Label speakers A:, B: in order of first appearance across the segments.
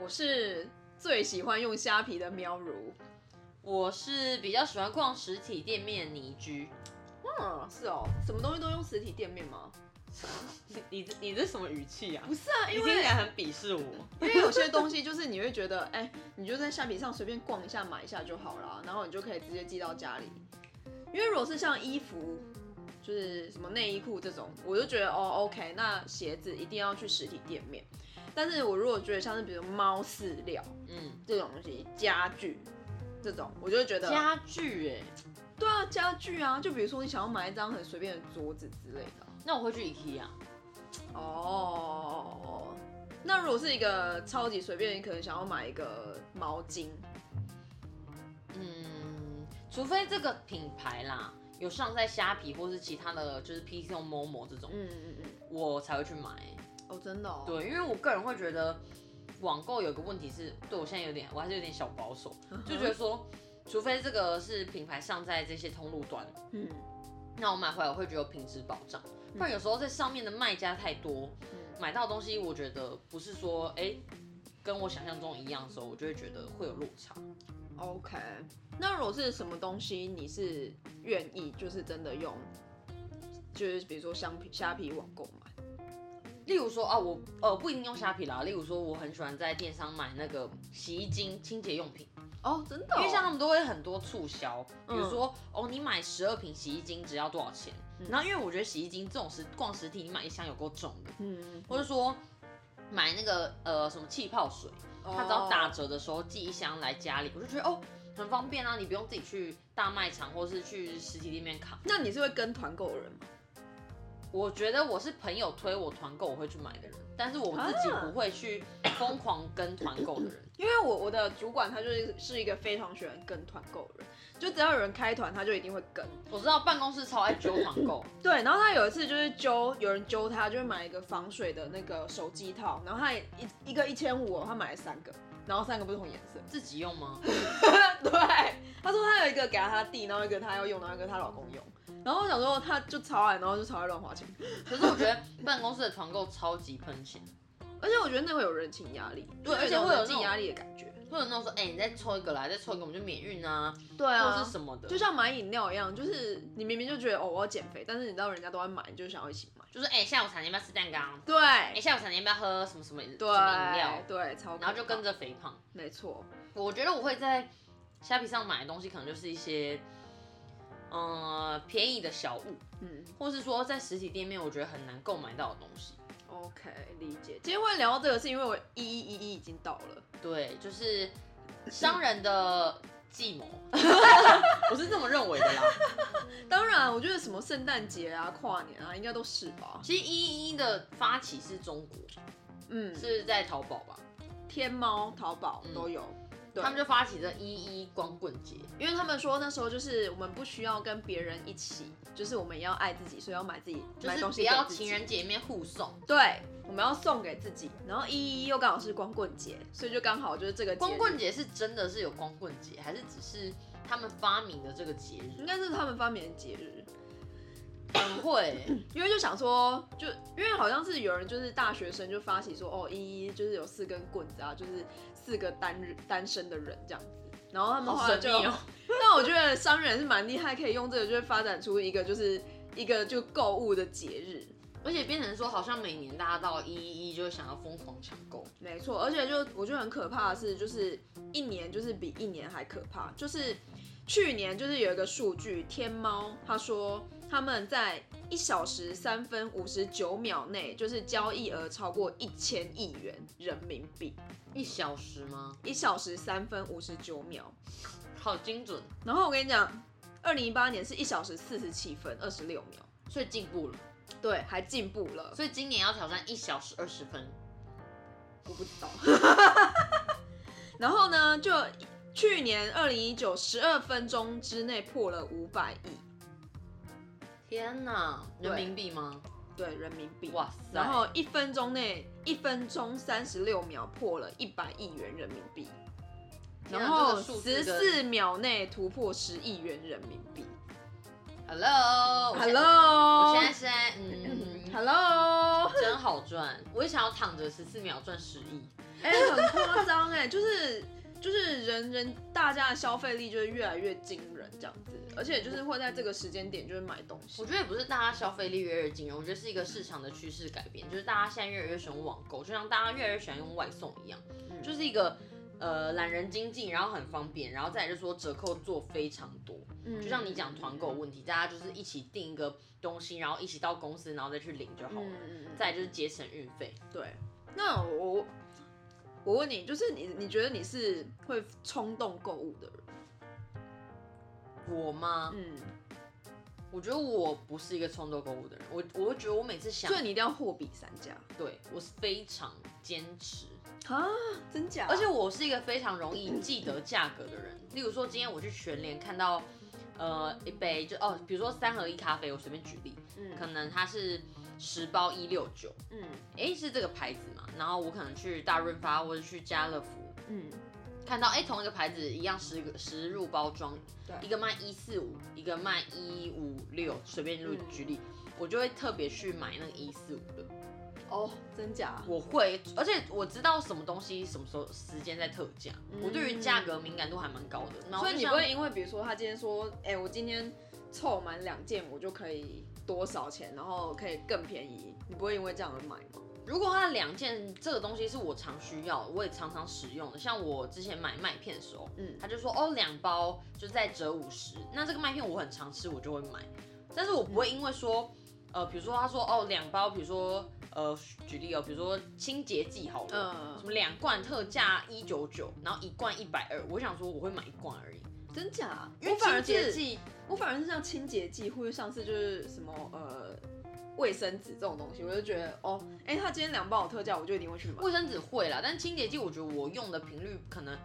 A: 我是最喜欢用虾皮的喵如。
B: 我是比较喜欢逛实体店面的泥居。
A: 嗯，是哦，什么东西都用实体店面吗？
B: 你你这你这什么语气啊？
A: 不是啊，
B: 你
A: 因
B: 听起
A: 为
B: 来很鄙视我。
A: 因为有些东西就是你会觉得， 哎、你就在虾皮上随便逛一下买一下就好啦，然后你就可以直接寄到家里。因为如果是像衣服，就是什么内衣裤这种，我就觉得哦，OK，那鞋子一定要去实体店面。但是我如果觉得像是比如猫饲料
B: 嗯，
A: 这种东西、家具这种，我就会觉得
B: 家具哎、
A: 对啊，家具啊，就比如说你想要买一张很随便的桌子之类的。啊
B: 那我会去 IKEA。
A: 哦，那如果是一个超级随便，你可能想要买一个毛巾，
B: 嗯，除非这个品牌啦有上在虾皮或是其他的就是 PC 用 Momo 这种，
A: 嗯嗯嗯，
B: 我才会去买、
A: 哦，真的哦，，
B: 对，因为我个人会觉得网购有个问题是，对我现在有点，我还是有点小保守，就觉得说，除非这个是品牌上在这些通路端，
A: 嗯
B: 那我买回来我会觉得有品质保障。不然有时候在上面的卖家太多，
A: 嗯，
B: 买到的东西我觉得不是说哎、跟我想象中一样的时候，我就会觉得会有落差。
A: OK，那如果是什么东西，你是愿意就是真的用，就是比如说香皮虾皮网购买，
B: 例如说啊，我呃不一定用虾皮啦，例如说我很喜欢在电商买那个洗衣精、清洁用品，
A: 哦，真的、哦，
B: 因为像他们都会很多促销，比如
A: 嗯
B: 说、哦你买十二瓶洗衣精只要多少钱，然后因为我觉得洗衣精这种是逛实体，你买一箱有够重的，
A: 嗯，
B: 或者说买那个呃什么气泡水，
A: 嗯
B: 它只要
A: 哦
B: 打折的时候寄一箱来家里，我就觉得哦很方便啊，你不用自己去大卖场或是去实体店面扛。
A: 那你是会跟团购的人吗？
B: 我觉得我是朋友推我团购，我会去买的人，但是我自己
A: 啊
B: 不会去疯狂跟团购的人。
A: 因为我我的主管他就是是一个非常喜欢跟团购的人，就只要有人开团，他就一定会跟。
B: 我知道办公室超爱揪团购，
A: 对，然后他有一次就是揪有人揪他，就是买一个防水的那个手机套，然后他也一一个一千五，哦他买了三个，然后三个不同颜色。
B: 自己用吗？
A: 对，他说他有一个给他弟，然后一个他要用，然后一个他老公用。然后我想说，他就超爱，然后就超爱乱花钱，
B: 可是我觉得办公室的团购超级喷钱，
A: 而且我觉得那会有人情压力，就
B: 对
A: 是
B: 而且会有
A: 人
B: 那
A: 情
B: 种
A: 压力的感觉。
B: 会有那种说，哎、你再抽一个来，再抽一个我们就免运啊，
A: 对
B: 或
A: 啊，
B: 者是什么的，
A: 就像买饮料一样，就是你明明就觉得哦我要减肥，但是你知道人家都在买，你就想要一起买。
B: 就是哎、下午茶你要不要吃蛋糕？
A: 对，
B: 哎、下午茶你要不要喝什么什么饮什
A: 对，
B: 么饮料？
A: 对，超可怕。
B: 然后就跟着肥胖。
A: 没错，
B: 我觉得我会在虾皮上买的东西，可能就是一些，呃，便宜的小物，
A: 嗯
B: 或是说在实体店面我觉得很难购买到的东西。
A: ，OK，理解。今天会聊到这个，是因为我一一一一已经到了，
B: 对，就是商人的计谋，我是这么认为的啦。
A: 当然，我觉得什么圣诞节啊、跨年啊，应该都是吧。
B: 其实一一的发起是中国，
A: 嗯，
B: 是在淘宝吧？
A: 天猫、淘宝
B: 嗯
A: 都有。对
B: 他们就发起这一一光棍节，
A: 因为他们说那时候就是我们不需要跟别人一起，就是我们要爱自己，所以要买自己
B: 就
A: 买
B: 是
A: 东
B: 不
A: 西给
B: 要
A: 自己
B: 情人节里面互送。
A: 对，我们要送给自己。然后一一一又刚好是光棍节，所以就刚好就是这个节日
B: 光棍节是真的是有光棍节，还是只是他们发明的这个节
A: 应
B: 日？
A: 该是他们发明的节日，
B: 很会欸、
A: 因为就想说，就因为好像是有人就是大学生就发起说，哦，一一就是有四根棍子啊，就是四个单日单身的人这样子。然后他们后
B: 好
A: 来
B: 神
A: 就，
B: 秘哦、
A: 但我觉得商人是蛮厉害，可以用这个就是发展出一个就是一个就购物的节日。
B: 而且变成说，好像每年大家到一一一就会想要疯狂抢购，
A: 没错，而且就我觉得很可怕的是，就是一年就是比一年还可怕。就是去年就是有一个数据，天猫他说他们在一小时三分五十九秒内，就是交易额超过一千亿元人民币，
B: 一小时吗？
A: 一小时三分五十九秒。
B: 好精准，
A: 然后我跟你讲，二零一八年是一小时四十七分二十六秒，
B: 所以进步了。
A: 对，还进步了。
B: 所以今年要挑战一小时二十分，
A: 我不知道。 然后呢，就去年二零一九十二分钟之内破了五百亿，
B: 天哪，
A: 对
B: 人民币吗？
A: 对人民币。
B: 哇塞！
A: 然后一分钟内，一分钟三十六秒破了一百亿元人民币，
B: 天哪
A: 然后
B: 这个数字
A: 十四秒内突破十亿元人民币。
B: 哦，Hello，
A: Hello，
B: 我现在我现在是在嗯
A: Hello，
B: 真好赚。我也想要躺着十四秒赚十亿。
A: 哎、很夸张哎，就是就是人人大家的消费力就是越来越惊人这样子，而且就是会在这个时间点就是买东西
B: 我。觉得也不是大家消费力越来越精融，我觉得是一个市场的趋势改变，就是大家现在越来越喜欢网购，就像大家越来越喜欢用外送一样，
A: 嗯
B: 就是一个呃懒人经济，然后很方便，然后再来就是说折扣做非常多，
A: 嗯
B: 就像你讲团购问题，大家就是一起订一个东西，然后一起到公司，然后再去领就好了。
A: 嗯
B: 再来就是节省运费，
A: 对，那我我问你，就是你你觉得你是会冲动购物的人？
B: 我吗？
A: 嗯，
B: 我觉得我不是一个冲动购物的人，我我会觉得我每次想
A: 所以，你一定要货比三家
B: 对我是非常坚持，
A: 啊？真假？
B: 而且我是一个非常容易记得价格的人。例如说，今天我去全联看到，呃，一杯就哦，比如说三合一咖啡，我随便举例，
A: 嗯
B: 可能它是十包一六九，
A: 嗯
B: 哎，是这个牌子嘛？然后我可能去大润发或者去家乐福，
A: 嗯
B: 看到哎同一个牌子一样十个十入包装，
A: 对
B: 一个卖一四五，一个卖一五六，随便就
A: 嗯
B: 举例，我就会特别去买那个一四五的。
A: 哦，真假？
B: 我会，而且我知道什么东西什么时候时间在特价，
A: 嗯
B: 我对于价格敏感度还蛮高的。然后
A: 所以
B: 就
A: 你
B: 像
A: 不会因为比如说他今天说，哎、我今天凑满两件，我就可以多少钱，然后可以更便宜，你不会因为这样而买吗？
B: 如果它两件这个东西是我常需要，我也常常使用的，像我之前买麦片的时候，
A: 嗯
B: 他就说哦两包就再折五十，那这个麦片我很常吃，我就会买，但是我不会因为说，呃，比如说他说哦两包，比如说呃举例哦，比如说清洁剂好了，
A: 嗯
B: 什么两罐特价一九九，然后一罐一百二，我想说我会买一罐而已，
A: 真假？
B: 因为
A: 我反而
B: 清洁
A: 是，
B: 剂
A: 我反而是像清洁剂或者像是就是什么呃卫生纸这种东西，我就觉得哦，哎、他今天两包有特价，我就一定会去买。
B: 卫生纸会啦，但清洁剂我觉得我用的频率可能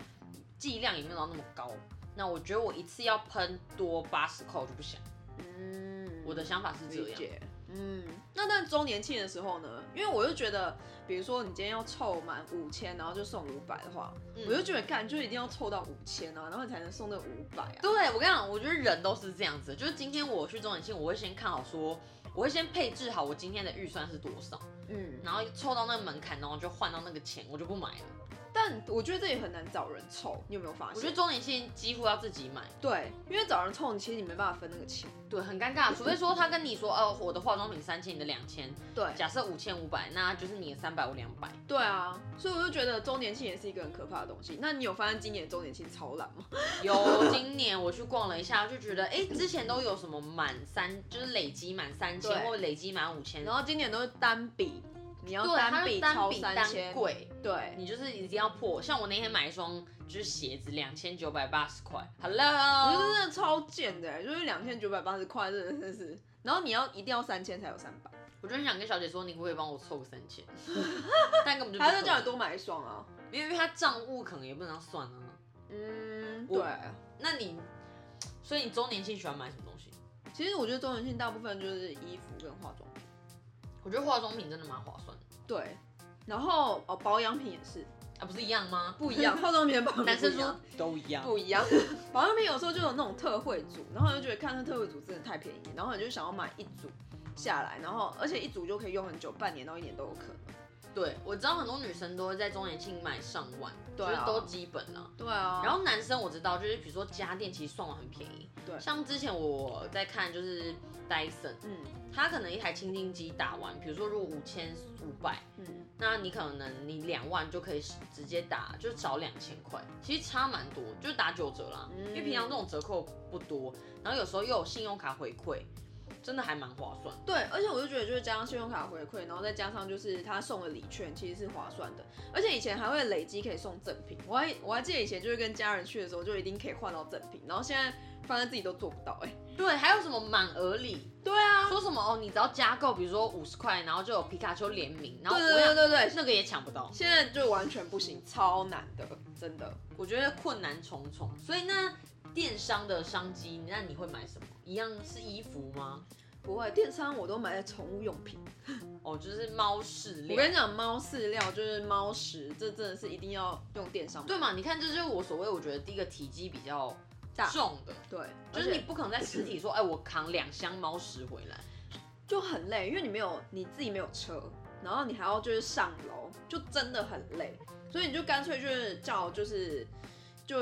B: 剂量也没有到那么高。那我觉得我一次要喷多八十扣就不想，
A: 嗯，
B: 我的想法是这
A: 理
B: 样。
A: 解。嗯，那但周年庆的时候呢，因为我就觉得，比如说你今天要凑满五千，然后就送五百的话，
B: 嗯
A: 我就觉得干就一定要凑到五千啊，然后你才能送那五百啊。
B: 对我跟你讲，我觉得人都是这样子，就是今天我去周年庆，我会先看好说，我会先配置好我今天的预算是多少，
A: 嗯，
B: 然后凑到那个门槛，然后就换到那个钱，我就不买了。
A: 但我觉得这也很难找人凑，你有没有发
B: 我觉得
A: 现？
B: 周年庆几乎要自己买，
A: 对，因为找人凑，其实你没办法分那个钱。
B: 对，很尴尬。除非说他跟你说，哦，我的化妆品三千，你的两千，
A: 对，
B: 假设五千五百，那就是你的三百，我两百。
A: 对啊，所以我就觉得周年庆也是一个很可怕的东西。那你有发现今年周年庆超懒吗？
B: 有，今年我去逛了一下，就觉得哎、诶之前都有什么满三，就是累积满三千
A: 对
B: 或累积满五千，
A: 然后今年都是单笔，你要
B: 对，它
A: 单
B: 是
A: 笔
B: 单
A: 超
B: 笔
A: 三
B: 单
A: 千，
B: 贵，
A: 对，
B: 你就是一定要破。像我那天买一双就是鞋子，两千九百八十块
A: 我觉得
B: ，Hello，
A: 真的超贱的欸，就是两千九百八十块，真的是。然后你要一定要三千才有三百，
B: 我就很想跟小姐说，你可不可以帮我凑个三 千？但根本就不
A: 还是
B: 可
A: 叫
B: 能
A: 你多买一双啊？
B: 没有，因为他账务可能也不能算啊。
A: 嗯，
B: 我
A: 对。
B: 那你，所以你周年庆喜欢买什么东西？
A: 其实我觉得周年庆大部分就是衣服跟化妆品，
B: 我觉得化妆品真的蛮划算的
A: 对。然后哦，保养品也是
B: 啊，不是一样吗？
A: 不 一样，化妆品跟保养品
B: 男
A: 不
B: 生
A: 一样
B: 说都一样，
A: 不一 样，保养品有时候就有那种特惠组，然后你就觉得看那特惠组真的太便宜，然后你就想要买一组下来，然后而且一组就可以用很久，半年到一年都有可能。
B: 对，我知道很多女生都会在周年庆买上万，
A: 对啊
B: 就是都基本啦。
A: 对啊，
B: 然
A: 后
B: 后男生我知道，就是比如说家电，其实送的很便宜。
A: 对
B: 像之前我在看就是 Dyson，
A: 嗯
B: 它可能一台清净机打完，比如说如果五千五百，
A: 嗯，
B: 那你可能你两万就可以直接打，就少两千块，其实差蛮多，就打九折啦。
A: 嗯
B: 因为平常这种折扣不多，然后有时候又有信用卡回馈，真的还蛮划算。
A: 对，而且我就觉得，就是加上信用卡回馈，然后再加上就是他送的礼券，其实是划算的。而且以前还会累积可以送赠品，我还我还记得以前就是跟家人去的时候，就一定可以换到赠品，然后现在发现自己都做不到、哎，
B: 对，还有什么满额礼？
A: 对啊，
B: 说什么哦，你只要加购，比如说五十块，然后就有皮卡丘联名，然后
A: 对
B: 我
A: 对对
B: 想
A: 对对，
B: 那个也抢不到，
A: 现在就完全不行，超难的，真的。
B: 我觉得困难重重。所以那电商的商机，那你会买什么？一样是衣服吗？
A: 不会，电商我都买在宠物用品。
B: 哦，就是猫饲
A: 我
B: 料，
A: 跟你讲，猫饲料就是猫食，这真的是一定要用电商买。
B: 对嘛？你看，这就是我所谓我觉得第一个体积比较
A: 大
B: 重的，
A: 对，
B: 就
A: 就是是
B: 你
A: 你
B: 不可能在实体说，哎，我扛两箱猫食回来。
A: 就很累，因为你没有你自己没有车，然后你还要就是上楼，就真的很累，所以你就干脆就是叫就是就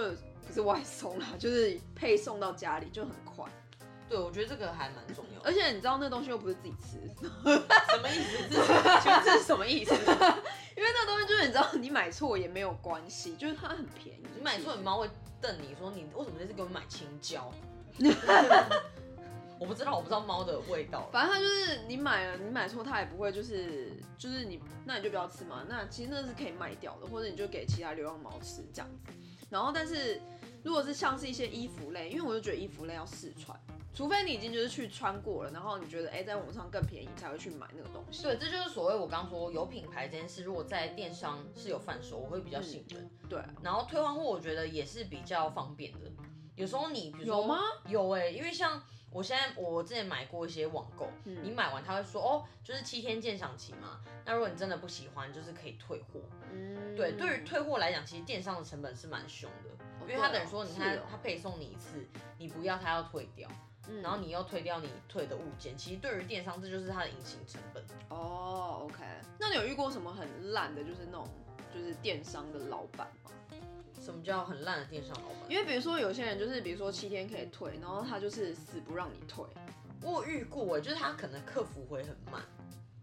A: 不是外送啦，就是配送到家里就很快，
B: 对，我觉得这个还蛮重要的。
A: 而且你知道那东西又不是自己吃，
B: 什么意思？这是请问这是什么意思？
A: 因为那东西就是你知道你买错也没有关系，就是它很便宜，
B: 你买错，你妈会瞪你说你为什么这次给我买青 椒？我不知道，我不知道猫的味道。
A: 反正它就是你买了，你买错它也不会就是就是你那你就不要吃嘛。那其实那是可以卖掉的，或者你就给其他流浪猫吃这样子。然后但是如果是像是一些衣服类，因为我就觉得衣服类要试穿，除非你已经就是去穿过了，然后你觉得哎、在网上更便宜才会去买那个东西。
B: 对，这就是所谓我刚说有品牌这件事，如果在电商是有贩售，我会比较信任。
A: 对啊，
B: 然后退换货，我觉得也是比较方便的。有时候你比如说
A: 有吗？
B: 有哎、因为像我现在我之前买过一些网购，
A: 嗯
B: 你买完他会说哦，就是七天鉴赏期嘛。那如果你真的不喜欢，就是可以退货。
A: 嗯，
B: 对，对于退货来讲，其实电商的成本是蛮凶的，因为他
A: 啊
B: 等于说你看他他配送你一次，你不要他要退掉，
A: 嗯
B: 然后你又退掉你退的物件，其实对于电商这就是它的隐形成本。
A: 哦，OK，那你有遇过什么很烂的，就是那种就是电商的老板吗？
B: 什么叫很烂的电商老板？因
A: 因为比如说有些人就是比如说七天可以退，然后他就是死不让你退。
B: 为我有遇过哎，就是他可能客服回很慢，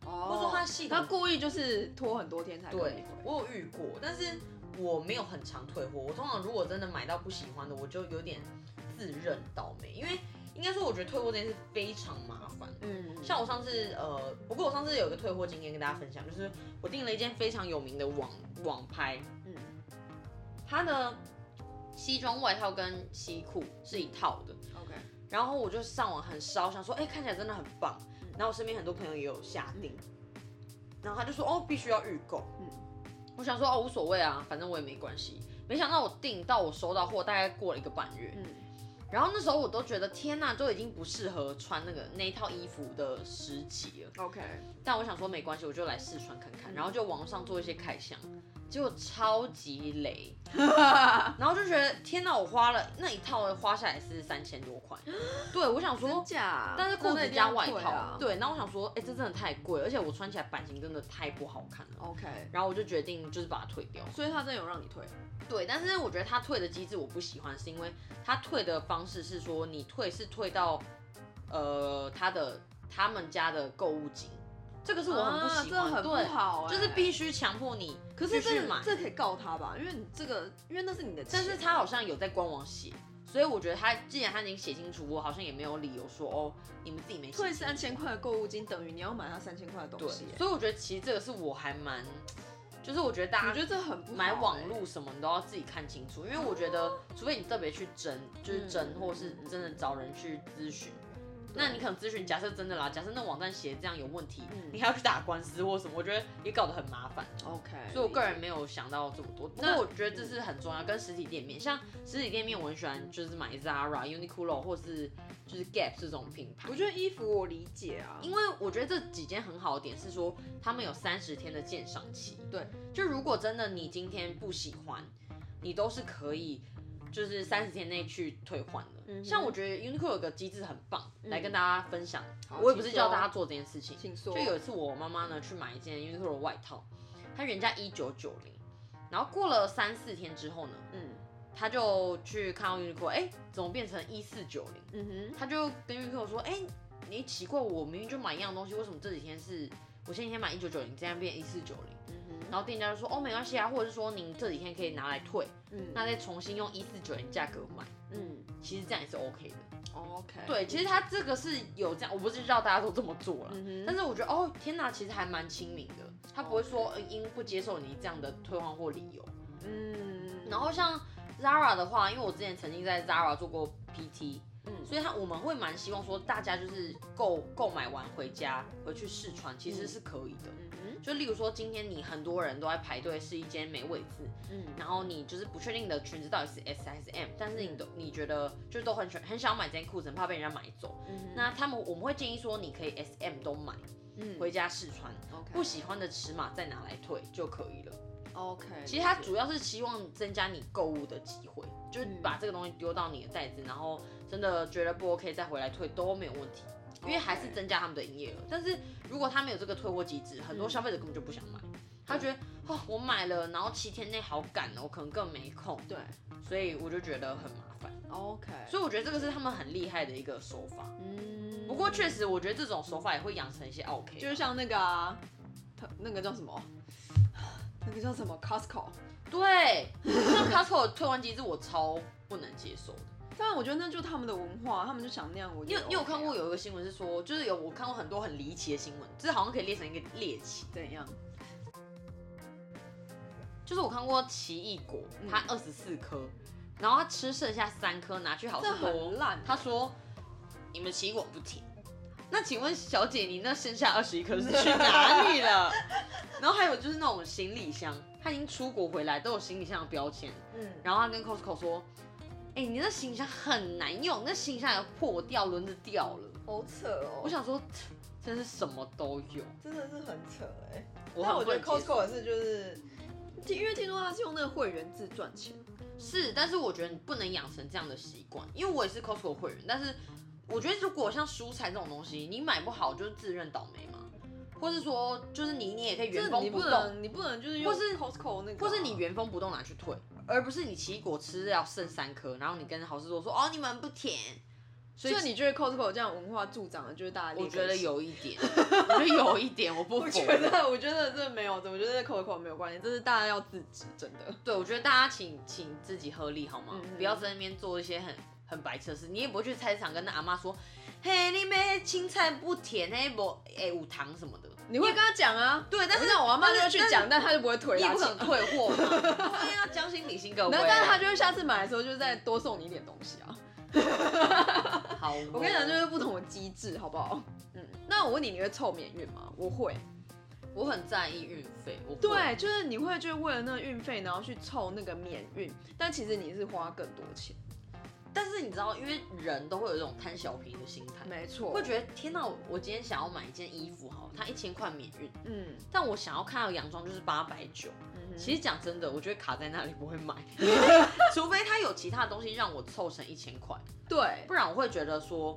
A: 哦，
B: 或者说他系统
A: 他故意就是拖很多天才跟你
B: 对
A: 回。
B: 我有遇过，但是我没有很常退货。我通常如果真的买到不喜欢的，我就有点自认倒霉，因为应该说我觉得退货这件事非常麻烦。
A: 嗯，
B: 像我上次呃，不过我上次有一个退货经验跟大家分享，就是我订了一件非常有名的网网拍，
A: 嗯
B: 它的西装外套跟西裤是一套的，
A: ，OK，
B: 然后我就上网很烧，想说哎、看起来真的很棒，然后我身边很多朋友也有下订，然后他就说哦必须要预购，
A: 嗯
B: 我想说哦无所谓啊，反正我也没关系，没想到我订到我收到货大概过了一个半月，
A: 嗯
B: 然后那时候我都觉得天呐，都已经不适合穿那个那一套衣服的时期了。
A: ，OK，
B: 但我想说没关系，我就来试穿看
A: 嗯
B: 看，然后就网上做一些开箱，结果超级 雷，然后就觉得天哪，我花了那一套花下来是三千多 块，对我想说，
A: 假，
B: 但是裤
A: 那
B: 子
A: 一定
B: 加
A: 要
B: 外
A: 退
B: 套，
A: 啊
B: 对，然后我想说，哎、这真的太贵，而且我穿起来版型真的太不好看了，
A: ，OK，
B: 然后我就决定就是把它退掉。
A: 所以他真的有让你退，
B: 对，但是我觉得他退的机制我不喜欢，是因为他退的方式是说你退是退到呃他的他们家的购物金，这个是我很不喜欢，
A: 啊、这很
B: 对
A: 不好、欸，
B: 就是必须强迫你，
A: 可是这
B: 买
A: 个。这可以告他吧，因为你这个，因为那是你的钱，
B: 但是他好像有在官网写，所以我觉得他既然他已经写清楚，我好像也没有理由说哦，你们自己没写
A: 退
B: 清楚
A: 三千块的购物金等于你要买他三千块的东
B: 对，
A: 西、欸，
B: 所以我觉得其实这个是我还蛮，就是我觉得大
A: 我觉
B: 家。
A: 得这很不好、欸、哦
B: 买网路什么你都要自己看清楚，因为我觉得，除非你特别去争，就是争，
A: 嗯
B: 或是真的找人去咨询，那你可能咨询，假设真的啦，假设那网站写这样有问题，
A: 嗯
B: 你还要去打官司或什么，我觉得也搞得很麻烦。
A: ，OK，
B: 所以我个人没有想到这么多。不嗯过
A: 那
B: 我觉得这是很重要，跟实体店面，像实体店面我很喜欢，就是买 Zara、Uniqlo 或是就是 Gap 这种品牌
A: 我。觉得衣服我理解啊，
B: 因为我觉得这几件很好的点是说，他们有三十天的鉴赏期。
A: 对，
B: 就如果真的你今天不喜欢，你都是可以，就是三十天内去退换的。
A: 嗯哼
B: 像我觉得 Uniqlo 有个机制很棒，
A: 嗯
B: 来跟大家分享。
A: 好
B: 我也不是
A: 请说
B: 叫大家做这件事情，
A: 请说，
B: 就有一次我妈妈呢去买一件 Uniqlo 的外套，它原价一九九零，然后过了三四天之后呢，
A: 嗯
B: 她就去看到 Uniqlo，哎、怎么变成一四九零？
A: 嗯哼。
B: 他就跟玉我说，哎、你奇怪，我明明就买一样东西，为什么这几天是我前几天买一九九零，这样变一四九零？
A: 嗯
B: 然后店家就说，哦，没关系啊，或者是说您这几天可以拿来退，
A: 嗯
B: 那再重新用一四九零价格买，
A: 嗯
B: 其实这样也是 OK 的。
A: ，OK，
B: 对，其实他这个是有这样，我不是知道大家都这么做了。
A: 嗯
B: 但
A: 哼，
B: 是我觉得，哦，天哪，其实还蛮亲民的。他不会
A: 哦
B: 说，呃因不接受你这样的退换货理由。
A: 嗯，
B: 然后像 Zara 的话，因为我之前曾经在 Zara 做过 PT，
A: 嗯
B: 所以他我们会蛮希望说，大家就是购购买完回家回去试穿，其实是可以的。
A: 嗯哼，
B: 就例如说，今天你很多人都在排队试一间没位置，
A: 嗯
B: 然后你就是不确定你的裙子到底是 S 还是 M，但是你都你觉得就都很喜很想要买这件裤子，很怕被人家买走。
A: 嗯
B: 那他们我们会建议说，你可以 S M 都买
A: 嗯
B: 回家试穿，不
A: OK
B: 喜欢的尺码再拿来退就可以了。
A: OK，
B: 其实它主要是希望增加你购物的机会，
A: 嗯
B: 就是把这个东西丢到你的袋子，然后真的觉得不 OK 再回来退都没有问题。因为还是增加他们的营业额。但是如果他们有这个退货机制，很
A: 嗯
B: 多消费者根本就不想买，他觉得哦我买了，然后七天内好赶哦，我可能更没空，
A: 对
B: 所以我就觉得很麻烦。
A: ，OK，
B: 所以我觉得这个是他们很厉害的一个手法。
A: 嗯，
B: 不过确实，我觉得这种手法也会养成一些 OK，
A: 就是像那个、啊，他那个叫什么， 那个叫什么 Costco，
B: 对，像 Costco 的退换机制我超不能接受的。
A: 但我觉得那就是他们的文化，他们就想那样。我
B: 你
A: 觉得 OK 啊、
B: 有你有看过有一个新闻是说，就是有我看过很多很离奇的新闻，这好像可以列成一个猎奇。
A: 啊怎样？
B: 就是我看过奇异果，
A: 嗯
B: 它二十四颗，然后他吃剩下三颗拿去好
A: 这
B: 事多
A: 很烂
B: 他说你们奇异果不甜。那请问小姐，你那剩下二十一颗是去哪里 了？然后还有就是那种行李箱，他已经出国回来都有行李箱的标签，
A: 嗯，
B: 然后他跟 Costco 说，哎、你那行李箱很难用，那行李箱也破掉，轮子掉了。
A: 好扯哦
B: 我想说，真是什么都有。
A: 真的是很扯哎、
B: 我
A: 但
B: 很
A: 我觉得
B: 不能接受
A: Costco 也是就是，听因为听说他是用那个会员制赚钱，
B: 是，但是我觉得你不能养成这样的习惯，因为我也是 Costco 会员，但是我觉得如果像蔬菜这种东西，你买不好就是自认倒霉嘛，或是说就是你你也可以
A: 就是
B: 原封
A: 你
B: 不
A: 不
B: 动，
A: 能你不能就是
B: 或
A: 用
B: 是
A: Costco 那个啊、
B: 或是你原封不动拿去退，而不是你奇异果吃要剩三颗，然后你跟好事多说哦你们不甜，
A: 所以你觉得 Costco 这样文化助长的就是大家劣
B: 我
A: 根性？
B: 觉得有一点，我觉得有一点我不
A: 我
B: 否
A: 觉
B: 认。
A: 得，我觉得这没有，我觉得这 Costco 没有关系，这是大家要自知，真的。
B: 对，我觉得大家请请自己合理好吗？
A: 嗯
B: 不要在那边做一些很很白痴的事，你也不会去菜市场跟那阿妈说，嘿，你们青菜不甜，嘿，不，哎，无糖什么的，
A: 你会跟他讲啊，对，但是那我阿妈就会去讲，但她就不会推
B: 你也
A: 拉
B: 不
A: 起
B: 可
A: 来，
B: 能退货 嘛，对要将心比心各位。
A: 然
B: 啊
A: 后但是她就会下次买的时候，就再多送你一点东西啊。
B: 好哦，
A: 我跟你讲，就是不同的机制，好不好？嗯，那我问你，你会凑免运吗？我会。
B: 我很在意运费，我会，
A: 对，就是你会就是为了那个运费，然后去凑那个免运，但其实你是花更多钱。
B: 但是你知道，因为人都会有一种贪小便宜的心态，
A: 没错
B: 会觉得天哪，我我今天想要买一件衣服，好了，它一千块免运，
A: 嗯，
B: 但我想要看到洋装就是八百九。
A: 其
B: 其
A: 实
B: 实讲真的，我觉得卡在那里不会 买，除非他有其他东西让我凑成一千块，
A: 对，
B: 不然我会觉得说，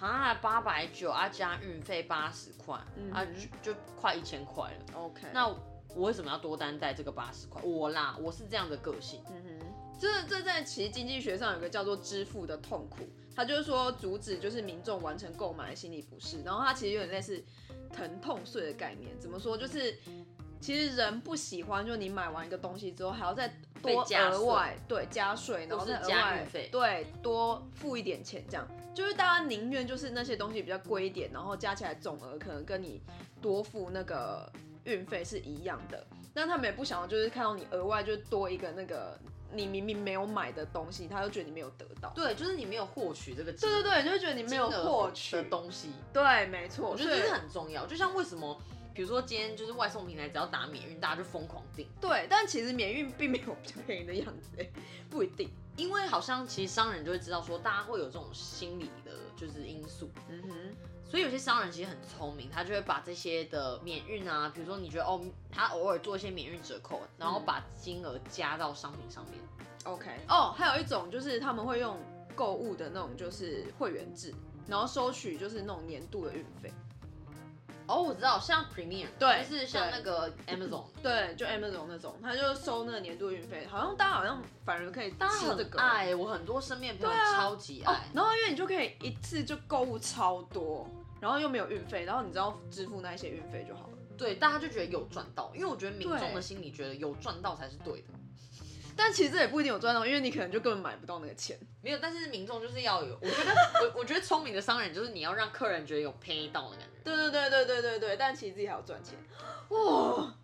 B: 啊，八百九啊加运费八十块
A: 嗯
B: 啊就就快一千块了，
A: OK，
B: 那我为什么要多担待这个八十块？我啦，我是这样的个性，
A: 嗯哼，这这在其实经济学上有个叫做“支付的痛苦”，它就是说阻止就是民众完成购买的心理不适，然后它其实有点类似疼痛税的概念。怎么说？就是其实人不喜欢，就你买完一个东西之后还要再多
B: 被加税
A: 额外对加税，然后
B: 或是
A: 再额
B: 加
A: 外
B: 运费
A: 对多付一点钱这样。就是大家宁愿就是那些东西比较贵一点，然后加起来总额可能跟你多付那个运费是一样的，但他们也不想要就是看到你额外就多一个那个你明明没有买的东西，他就觉得你没有得到。
B: 对，就是你没有获取这个金
A: 对对对，就会觉得你
B: 金
A: 没有
B: 额
A: 获
B: 的
A: 取。
B: 东西，
A: 对，没错，
B: 我觉得
A: 所以
B: 这是很重要。就像为什么，比如说今天就是外送平台只要打免运，大家就疯狂订。
A: 对，但其实免运并没有比较便宜的样子，欸 不一定。
B: 因为好像其实商人就会知道说，大家会有这种心理的，就是因素，
A: 嗯哼，
B: 所以有些商人其实很聪明，他就会把这些的免运啊，比如说你觉得哦，他偶尔做一些免运折扣，然后把金额加到商品上面。
A: OK，哦，还有一种就是他们会用购物的那种，就是会员制，然后收取就是那种年度的运费。
B: 哦，我知道，像 Premier，
A: 对
B: 就是像那个 Amazon，
A: 对，就 Amazon 那种，他就收那个年度运费，好像大家好像反而可以
B: 大家
A: 吃这
B: 很
A: 个。
B: 爱，我很多身边的朋友
A: 对啊
B: 超级
A: 哦
B: 爱，，
A: 然后因为你就可以一次就购物超多，然后又没有运费，然后你只要支付那一些运费就好了。
B: 对，大家就觉得有赚到，因为我觉得民众的
A: 对
B: 心里觉得有赚到才是对的。
A: 但其实这也不一定有赚到，因为你可能就根本买不到那个钱。
B: 没有，但是民众就是要有，我觉得我我 觉得聪明的商人就是你要让客人觉得有 pay 到的感觉。
A: 对对对对对对对，但其实自己还要赚钱。哇，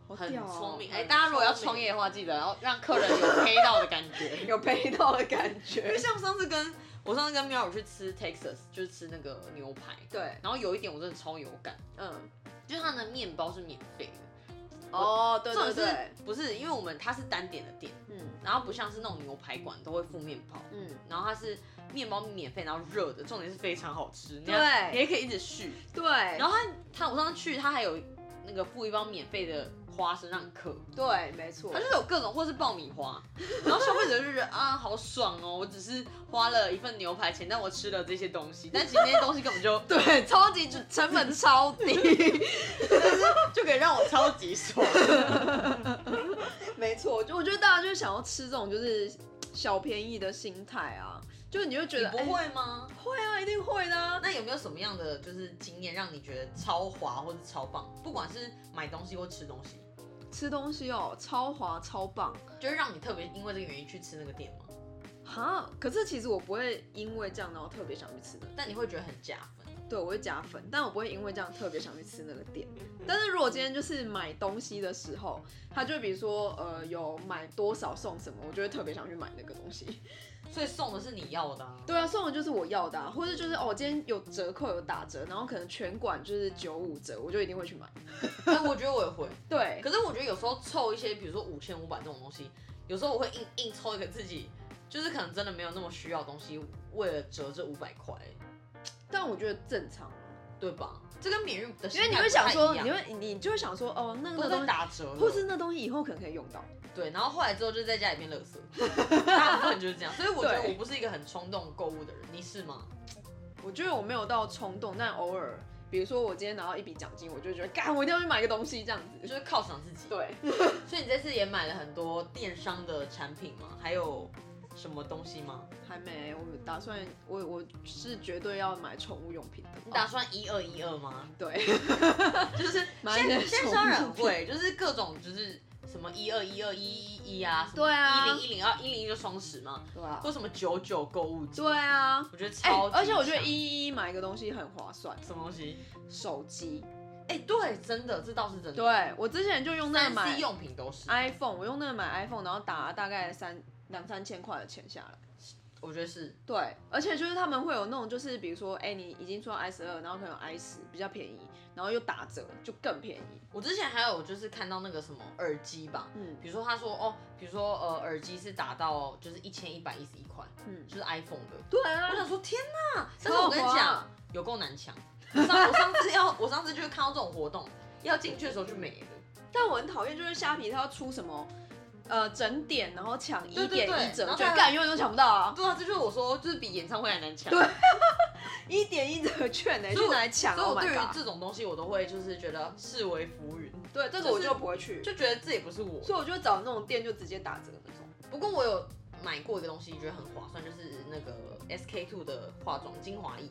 A: 好
B: 很
A: 屌哦
B: 聪明。哎、
A: 很
B: 大家如果要
A: 聪
B: 创
A: 明
B: 业的话，记得要让客人有 pay 到的感觉。
A: 有赔到的感
B: 因为
A: 觉。
B: 像上次跟我上次跟喵友去吃 Texas，就是吃那个牛排，
A: 对，
B: 然后有一点我真的超有感，
A: 嗯，
B: 就是它的面包是免费的，
A: 哦，对对
B: 重点
A: 对，
B: 是不是因为我们它是单点的店，
A: 嗯
B: 然后不像是那种牛排馆都会附面包。
A: 嗯，
B: 然后它是面包免费，然后热的，重点是非常好吃，你
A: 对
B: 还你也可以一直续。
A: 对，然
B: 然后它它我上次去，它还有那个附一包免费的花身上刻，
A: 对，没错
B: 它，就是有各种或是爆米花，然后消费者就觉得啊好爽哦，我只是花了一份牛排钱，但我吃了这些东西，但其实那些东西根本就
A: 对，超级成本超低，
B: 就可以让我超级爽。
A: 没错，就我觉得大家就是想要吃这种就是小便宜的心态啊，就你会觉
B: 你
A: 得
B: 不
A: 哎
B: 会吗？
A: 会啊，一定会的啊、
B: 那有没有什么样的就是经验让你觉得超滑或者超棒？不管是买东西或吃东西，
A: 吃东西哦，超滑超棒
B: 就是让你特别因为这个原因去吃那个店吗？
A: 哈。可是其实我不会因为这样然后特别想去吃的，
B: 但你会觉得很加分。
A: 对我会加分，但我不会因为这样特别想去吃那个店。但是如果今天就是买东西的时候，他就比如说呃有买多少送什么，我就会特别想去买那个东西。
B: 所以送的是你要的、啊，
A: 对啊，送的就是我要的、啊，或者就是哦今天有折扣有打折，然后可能全馆就是九五折，我就一定会去买。
B: 但哎我觉得我也会。
A: 对，
B: 可是我觉得有时候凑一些，比如说五千五百这种东西，有时候我会硬硬凑一个自己，就是可能真的没有那么需要的东西，为了折这五百块，
A: 但我觉得正常。
B: 对吧？这跟免运的
A: 因
B: 心态
A: 为你
B: 不太一样，
A: 会想说，你会你就会想说，哦，那
B: 都
A: 个
B: 在
A: 东西，
B: 打折了，
A: 或是那东西以后可能可以用到。
B: 对，然后后来之后就在家里变垃圾，大部分就是这样。所以我觉得
A: 对
B: 我不是一个很冲动购物的人，你是吗？
A: 我觉得我没有到冲动，但偶尔，比如说我今天拿到一笔奖金，我就觉得，干，我一定要去买个东西这样
B: 就
A: 子。
B: 是犒赏自己。，
A: 对，
B: 所以你这次也买了很多电商的产品吗？还有什么东西吗？
A: 还没，我打算，我我是绝对要买宠物用品的。
B: 你打算一二一二吗？
A: 对，
B: 就是
A: 买一些
B: 现现
A: 宠物
B: 商人会，就是各种就是什么一二一二一一一啊，
A: 对啊
B: 一零一零二一零就双十嘛，
A: 对啊，
B: 或什么九九购物节，
A: 对啊，
B: 我觉得
A: 哎、
B: 超级强、
A: 而且我觉得一一买一个东西很划算，
B: 什么东西，
A: 手机。
B: 哎、对，真的这倒是真的，，
A: 对啊我之前就用那个
B: 三 C
A: 买
B: 用品都是，
A: iPhone，我用那个买 iPhone，然后打了大概三两三千块的钱下来。
B: 我觉得是，
A: 对，而且就是他们会有那种，就是比如说，哎、你已经出到 i 十二，然后可能有 i 十比较便宜，然后又打折，就更便宜。
B: 我之前还有就是看到那个什么耳机吧。
A: 嗯
B: 比如说，他说哦，比如说呃，耳机是打到就是一千一百一十一块，
A: 嗯，
B: 就是 iPhone 的，
A: 对
B: 我
A: 啊，
B: 想说天呐！但是我跟你讲，有够难抢。我上我上次要我上次就是看到这种活动，要进去的时候就没了。
A: 但我很讨厌就是虾皮它要出什么，呃，整点然后抢一
B: 对对
A: 点
B: 对
A: 一折
B: 然后
A: 就
B: 它
A: 干永远都抢不到啊，
B: 对啊，这就是我说，就是比演唱会还难抢。
A: 对一点一折券呢、欸，
B: 所以
A: 去
B: 我
A: 拿来抢
B: 所以
A: ，Oh
B: 我对
A: my
B: 于
A: god！
B: 这种东西，我都会就是觉得视为浮云，
A: 对，这个
B: 就
A: 我
B: 是
A: 就不会去，
B: 就觉得这也不是我。
A: 所以我就找那种店就直接打折那种。
B: 不过我有买过一个东西，觉得很划算，就是那个 SK two 的化妆精华液，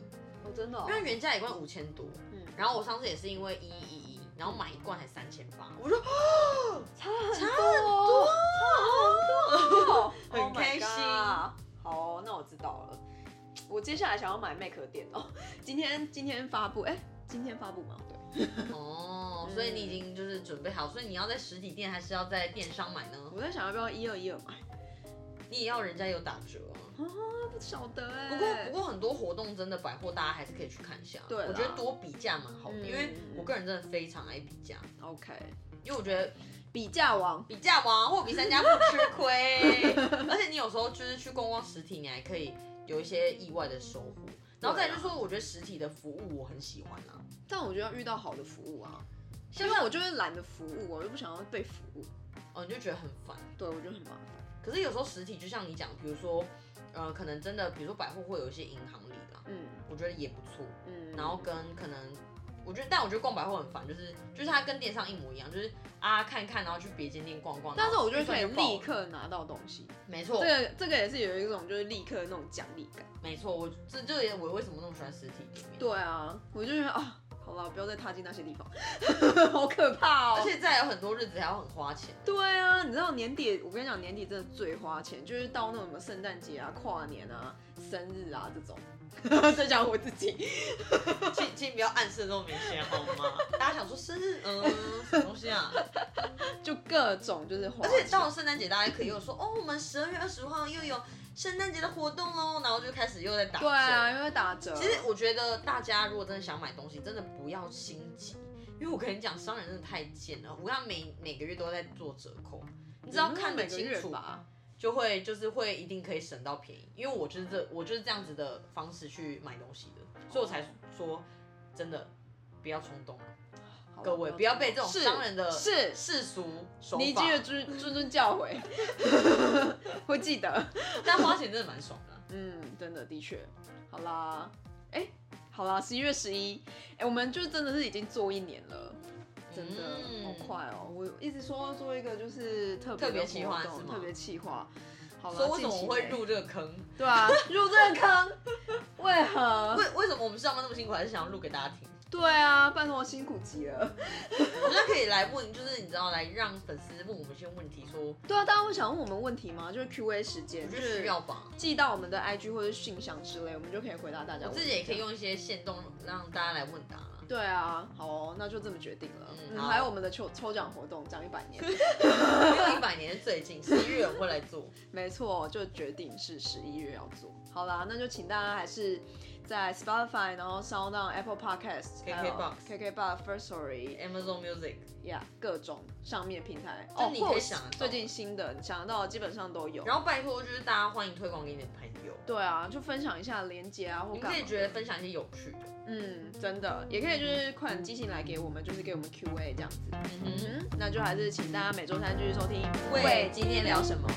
A: 哦，真的、
B: 因为原价一罐五千多，
A: 嗯，
B: 然后我上次也是因为一一一，然后买一罐才三千八，我说
A: 差很多，差很多，
B: 很
A: Oh my
B: 开心
A: god 好哦，那我知道了。我接下来想要买 Mac 的电脑， 今天今天发布，哎、今天发布吗？对，
B: 哦，所以你已
A: 嗯
B: 经就是准备好，所以你要在实体店还是要在电商买呢？
A: 我在想要不要一二一二买，
B: 你也要人家有打折啊。
A: 我不晓得哎、
B: 不过不过很多活动真的百货大家还是可以去看一下，
A: 对啦
B: 我觉得多比价蛮好的，
A: 嗯
B: 因为我个人真的非常爱比价，
A: 过 OK，
B: 因为我觉得
A: 比价王，
B: 比价王货比三家不吃 亏，而且你有时候就是去逛逛实体，你还可以有一些意外的收获。然后再就是
A: 啊
B: 说，我觉得实体的服务我很喜欢啊，
A: 但我觉得要遇到好的服务啊，
B: 像
A: 因为我就是懒得服务，我就不想要被服务，
B: 哦你就觉得很烦。
A: 对我觉得很麻烦，
B: 可是有时候实体就像你讲，比如说，呃，可能真的，比如说百货会有一些银行里啦，
A: 嗯
B: 我觉得也不错。
A: 嗯，
B: 然后跟可能，我觉得，但我觉得逛百货很烦，就是就是它跟电商一模一样，就是啊看一看，然后去别间店逛逛。
A: 但是我觉得
B: 然后
A: 可以
B: 预算就爆了
A: 立，刻拿到东西，
B: 没
A: 这
B: 错，
A: 个这个也是有一种就是立刻那种奖励感。
B: 没错，我这这也我为什么那么喜欢实体店面。
A: 对啊，我就觉得啊，好了，不要再踏进那些地方， 好可怕哦。
B: 而且再有很多日子还要很花钱，
A: 对啊，你知道年底，我跟你讲，年底真的最花钱，就是到那种什么圣诞节啊、跨年啊、生日啊这种。 在讲我自己，
B: 请请不要暗示得那么明显好吗？ 大家想说生日，嗯， 什么东西啊？
A: 就各种就是花
B: 而
A: 钱。
B: 且到了圣诞节，大家可以又说哦，我们十二月二十号又有圣诞节的活动喽，然后就开始又在打折。
A: 对啊，因为打折。
B: 其实我觉得大家如果真的想买东西，真的不要心急，因为我跟你讲，商人真的太贱了。我看每每个月都在做折扣，你只要
A: 嗯
B: 看得
A: 每个
B: 清
A: 月
B: 楚，
A: 吧。
B: 就会就是会一定可以省到便宜。因为我就是这我就是这样子的方式去买东西的，所以我才说真的不要冲动。
A: 好好吧
B: 各位不要被这种
A: 是
B: 商人的
A: 是
B: 世俗手
A: 你记
B: 法
A: 得，谆谆谆教诲， 会记得。
B: 但花钱真的蛮爽的啊。
A: 嗯，真的的确，好啦，哎、好啦，十一月十一，哎，我们就真的是已经做一年了。真的、
B: 嗯
A: 好快哦！我一直说要做一个就是特
B: 特别
A: 别
B: 企
A: 企
B: 划
A: 划，
B: 是吗
A: 特别企划。好了，
B: 所以为什么
A: 近期
B: 我会
A: 内？
B: 入这个坑？
A: 对 啊，入这个坑，为何？
B: 为为什么我们上班那么辛苦，还是想要录给大家听？
A: 对啊，拜托，辛苦极了。
B: 我们可以来问，就是你知道，来让粉丝问我们一些问题，说
A: 对啊，大家会想问我们问题吗？就是 Q&A 时
B: 我
A: 间，就
B: 觉得
A: 是
B: 需要吧。
A: 寄到我们的 IG 或者信箱之类，我们就可以回答大家。
B: 我自己也可以。用一些线动让大家来问答啦。
A: 对啊，好哦，那就这么决定了。
B: 嗯
A: 嗯，
B: 好
A: 还有我们的抽抽奖活动，奖一百 年，
B: 没有一百年是最近，十一月我会来做。
A: 没错，就决定是十一月要做。好啦，那就请大家还是在 Spotify，然后 Sound On、Apple Podcast、
B: KKBOX
A: 还有 KKBox、First Story、
B: Amazon Music，
A: 呀、各种上面平台，
B: 就你可以
A: 或者
B: 想得到
A: 最近新的你想得到的基本上都有。
B: 然后拜托就是大家欢迎推广给你的朋友，
A: 对啊，就分享一下连接啊，或
B: 你
A: 干
B: 们
A: 嘛
B: 可以觉得分享一些有趣的。
A: 嗯，真的，也可以就是快点寄信来给我们，就是给我们 Q A 这样子。
B: 嗯哼，
A: 嗯，那就还是请大家每周三继续收听。
B: 喂今天聊
A: 什么？